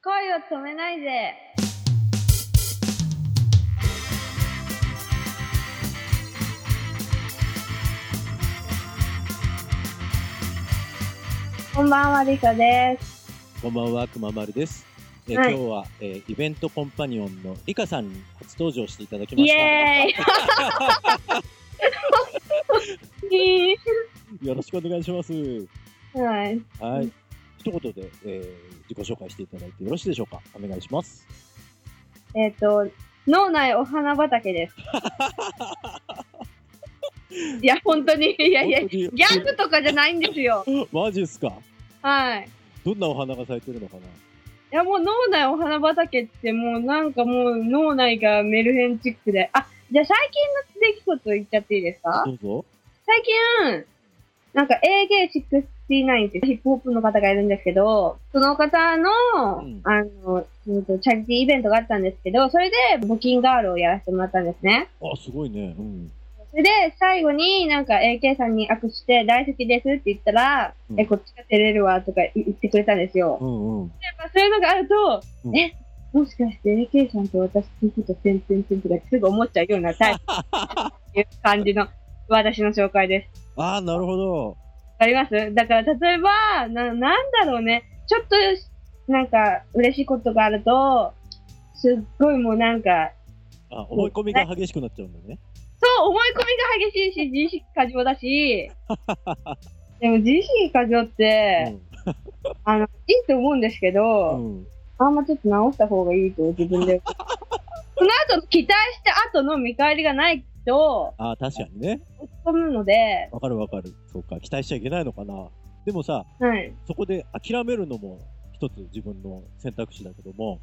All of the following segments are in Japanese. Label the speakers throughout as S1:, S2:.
S1: 恋を止めないで。こんばんは、りさです。
S2: こんばんは、くままるです。えー
S1: はい
S2: 今日は、えーイベントコンパニオンのリカさんに初登場していただきま
S1: イ
S2: した。
S1: エーイ
S2: よろしくお願いします。
S1: はい。
S2: は
S1: う
S2: い。一言で、えー自己紹介していただいてよろしいでしょうか。お願いします。
S1: えっ、と、脳内お花畑です。いや、本当に、いやいや、ギ
S2: ギ
S1: ャグとかじゃないんですよ。
S2: マジっすか。
S1: はい。
S2: どんなお花が咲いてるのかな。
S1: いや、もう脳内お花畑ってもうなんかもう脳内がメルヘンチックで。あ、じゃあ最近の出来事言っちゃっていいですか
S2: どうぞ。
S1: 最近、なんか AG69 ってヒップホップの方がいるんですけど、その方の、
S2: うん
S1: あの、うんとチャリティーイベントがあったんですけど、それで募金ガールをやらせてもらったんですね。
S2: あ、すごいね。うん。
S1: それで、最後になんか AK さんに握手して、大好きですって言ったら、
S2: うん
S1: え、こっちが照れるわとか言ってくれたんですよ。
S2: うんう
S1: や
S2: ん。
S1: っぱそういうのがあると、
S2: うん
S1: え、もしかして AK さんと私のこと、てんてんてんとかすぐ思っちゃうようなタイプ っていう感じの私の紹介です。
S2: ああ、なるほど。
S1: わかりますだから例えば、な、なんだろうね、ちょっと、なんか嬉しいことがあると、すっごいもうなんか、
S2: あ、思い込みが激しくなっちゃうんだよね。
S1: そう、思い込みが激しいし、自意識過剰だ し、でも自意識過剰って、あの、いいと思うんですけ
S2: う
S1: ど、
S2: ん。うん。
S1: あんまちょっと直した方がいいと自分 で。その後、期待した後の見返りがないと、
S2: ああ、確かにね。
S1: 落ち込むので、
S2: わかるわかる。そうか。期待しちゃいけないのかな。でもさ、
S1: はい、
S2: そこで諦めるのも一つ自分の選択肢だけども、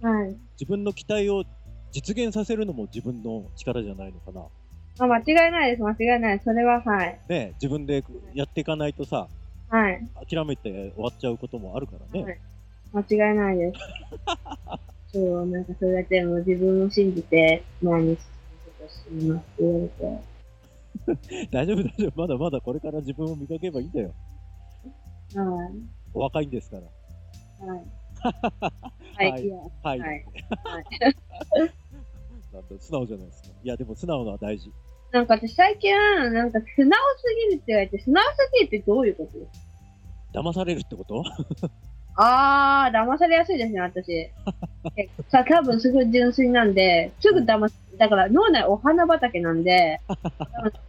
S1: はい。
S2: 自分の期待を実現させるのも自分の力じゃないのかな。
S1: まあ、間違いないです、間違いない。それは、はい。
S2: ねえ自分でやっていかないとさ、
S1: はい。
S2: 諦めて終わっちゃうこともあるからね。
S1: はい、間違いないです。 そう、なんかそれだけもう自分を信じて、毎日、ちょっと死にますって言われて。
S2: 大丈夫大丈夫。まだまだこれから自分を磨けばいいんだよ。
S1: はい。
S2: お若いんですから。
S1: はい。
S2: い
S1: はい。いや
S2: はい。
S1: はい。
S2: なんだ素直じゃないですか。いや、でも素直なのは大事。
S1: なんか私最近、なんか素直すぎるって言われて、素直すぎるってどういうことですか
S2: 騙されるってこと
S1: あー、騙されやすいですね、 私。えさ、多分すごい純粋なんで、すぐ騙す、だから脳内お花畑なん で、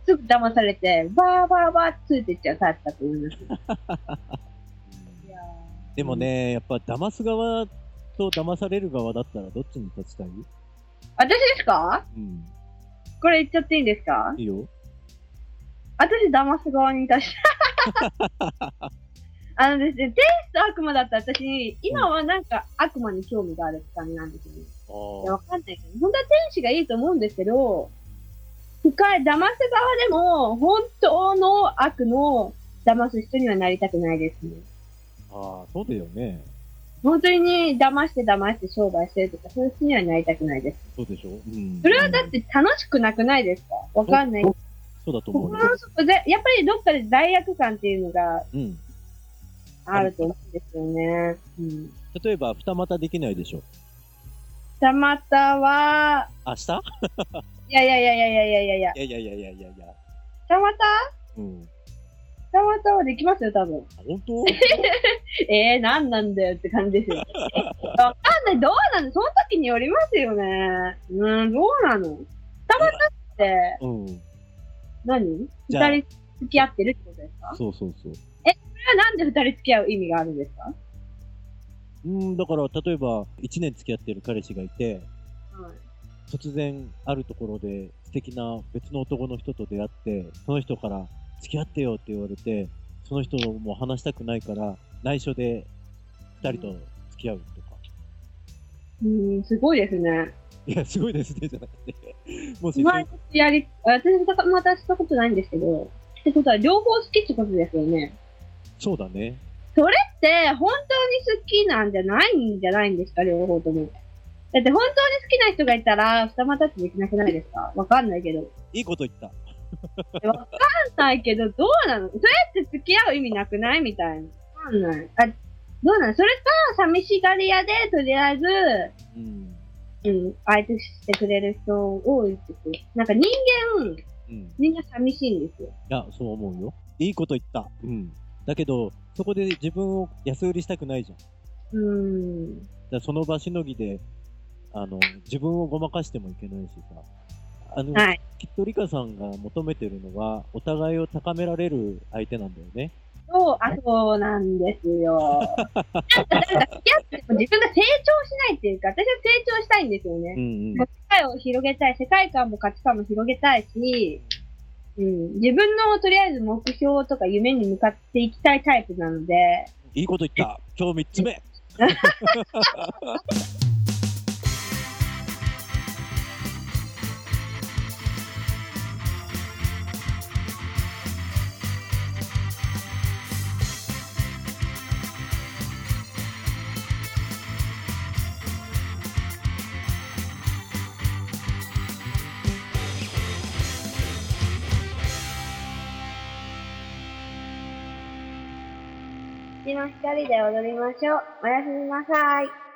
S1: すぐ騙されて、バーバーバーってついていっちゃうタイプだと思います。いやー
S2: でも。ね、やっぱ騙す側と騙される側だったらどっちに立ちたい
S1: 私ですか
S2: うん。
S1: これ言っちゃっていいんですか
S2: いいよ。
S1: 私、騙す側に対 して。あのですね、天使と悪魔だった私、今はなんか悪魔に興味があるって感じなんですよね。
S2: あ
S1: いや、
S2: ー
S1: わかんないけど、本当は天使がいいと思うんですけど、深い、騙す側でも、本当の悪の騙す人にはなりたくないですね。
S2: あー、そうだよね。
S1: 本当に騙して騙して商売してるとか、そういう人にはなりたくないです。
S2: そうでしょうん。
S1: それはだって楽しくなくないですかわかんない。
S2: そうそうだと思うよ
S1: 心。の底で、やっぱりどっかで罪悪感っていうのが
S2: うん。
S1: あると思うんですよね。うん。
S2: 例えば、二股できないでしょ。
S1: たまたは、
S2: 明日
S1: いやいやいやいやいやいやいやいや、
S2: いやいやいやいやいやいや。
S1: たまた
S2: うん。
S1: たまたはできますよ、多分。
S2: あ本当
S1: えー、なんなんだよって感じですよ。 わかんない、どうなのその時によりますよね。うん、どうなのたまたって
S2: うん。
S1: 何、
S2: じゃあ
S1: 二人付き合ってるってことですか
S2: そうそうそう。
S1: それはなんで二人付き合う意味があるんですか、
S2: うん、だから、例えば、一年付き合ってる彼氏がいて、突然、あるところで、素敵な別の男の人と出会って、その人から、付き合ってよって言われて、その人も話したくないから、内緒で、二人と付き合うとか。
S1: うん、うん、すごいですね。
S2: いや、すごいですね、じゃなくて。もし、
S1: 毎日やり、私もたまたしたことないんですけど、ってことは両方好きってことですよね。
S2: そうだね。
S1: って、本当に好きなんじゃないんじゃないんですか両方とも。だって本当に好きな人がいたら、二股ってできなくないですかわかんないけど。
S2: いいこと言った。
S1: わかんないけど、どうなのそれって付き合う意味なくないみたいな。わかんない。あ、どうなのそれか、寂しがり屋で、とりあえず、
S2: うん。
S1: うん、相手してくれる人を言ってくる。なんか人間、
S2: うん。
S1: みんな寂しいんですよ。
S2: いや、そう思うよ。いいこと言った。うん。だけど、そこで自分を安売りしたくないじゃん。だか
S1: うーん。
S2: らその場しのぎで、あの、自分をごまかしてもいけないしさ。あの、
S1: はい。
S2: きっとリカさんが求めてるのは、お互いを高められる相手なんだよね。
S1: そう、あ、そうなんです よ。なんか、なんか付き合っても自分が成長しないっていうか、私は成長したいんですよね
S2: う。んうん
S1: 世。界を広げたい、世界観も価値観も広げたいし、うん、自分のとりあえず目標とか夢に向かっていきたいタイプなので、
S2: いいこと言った。今日3つ目。
S1: うちの光で踊りましょう。おやすみなさい。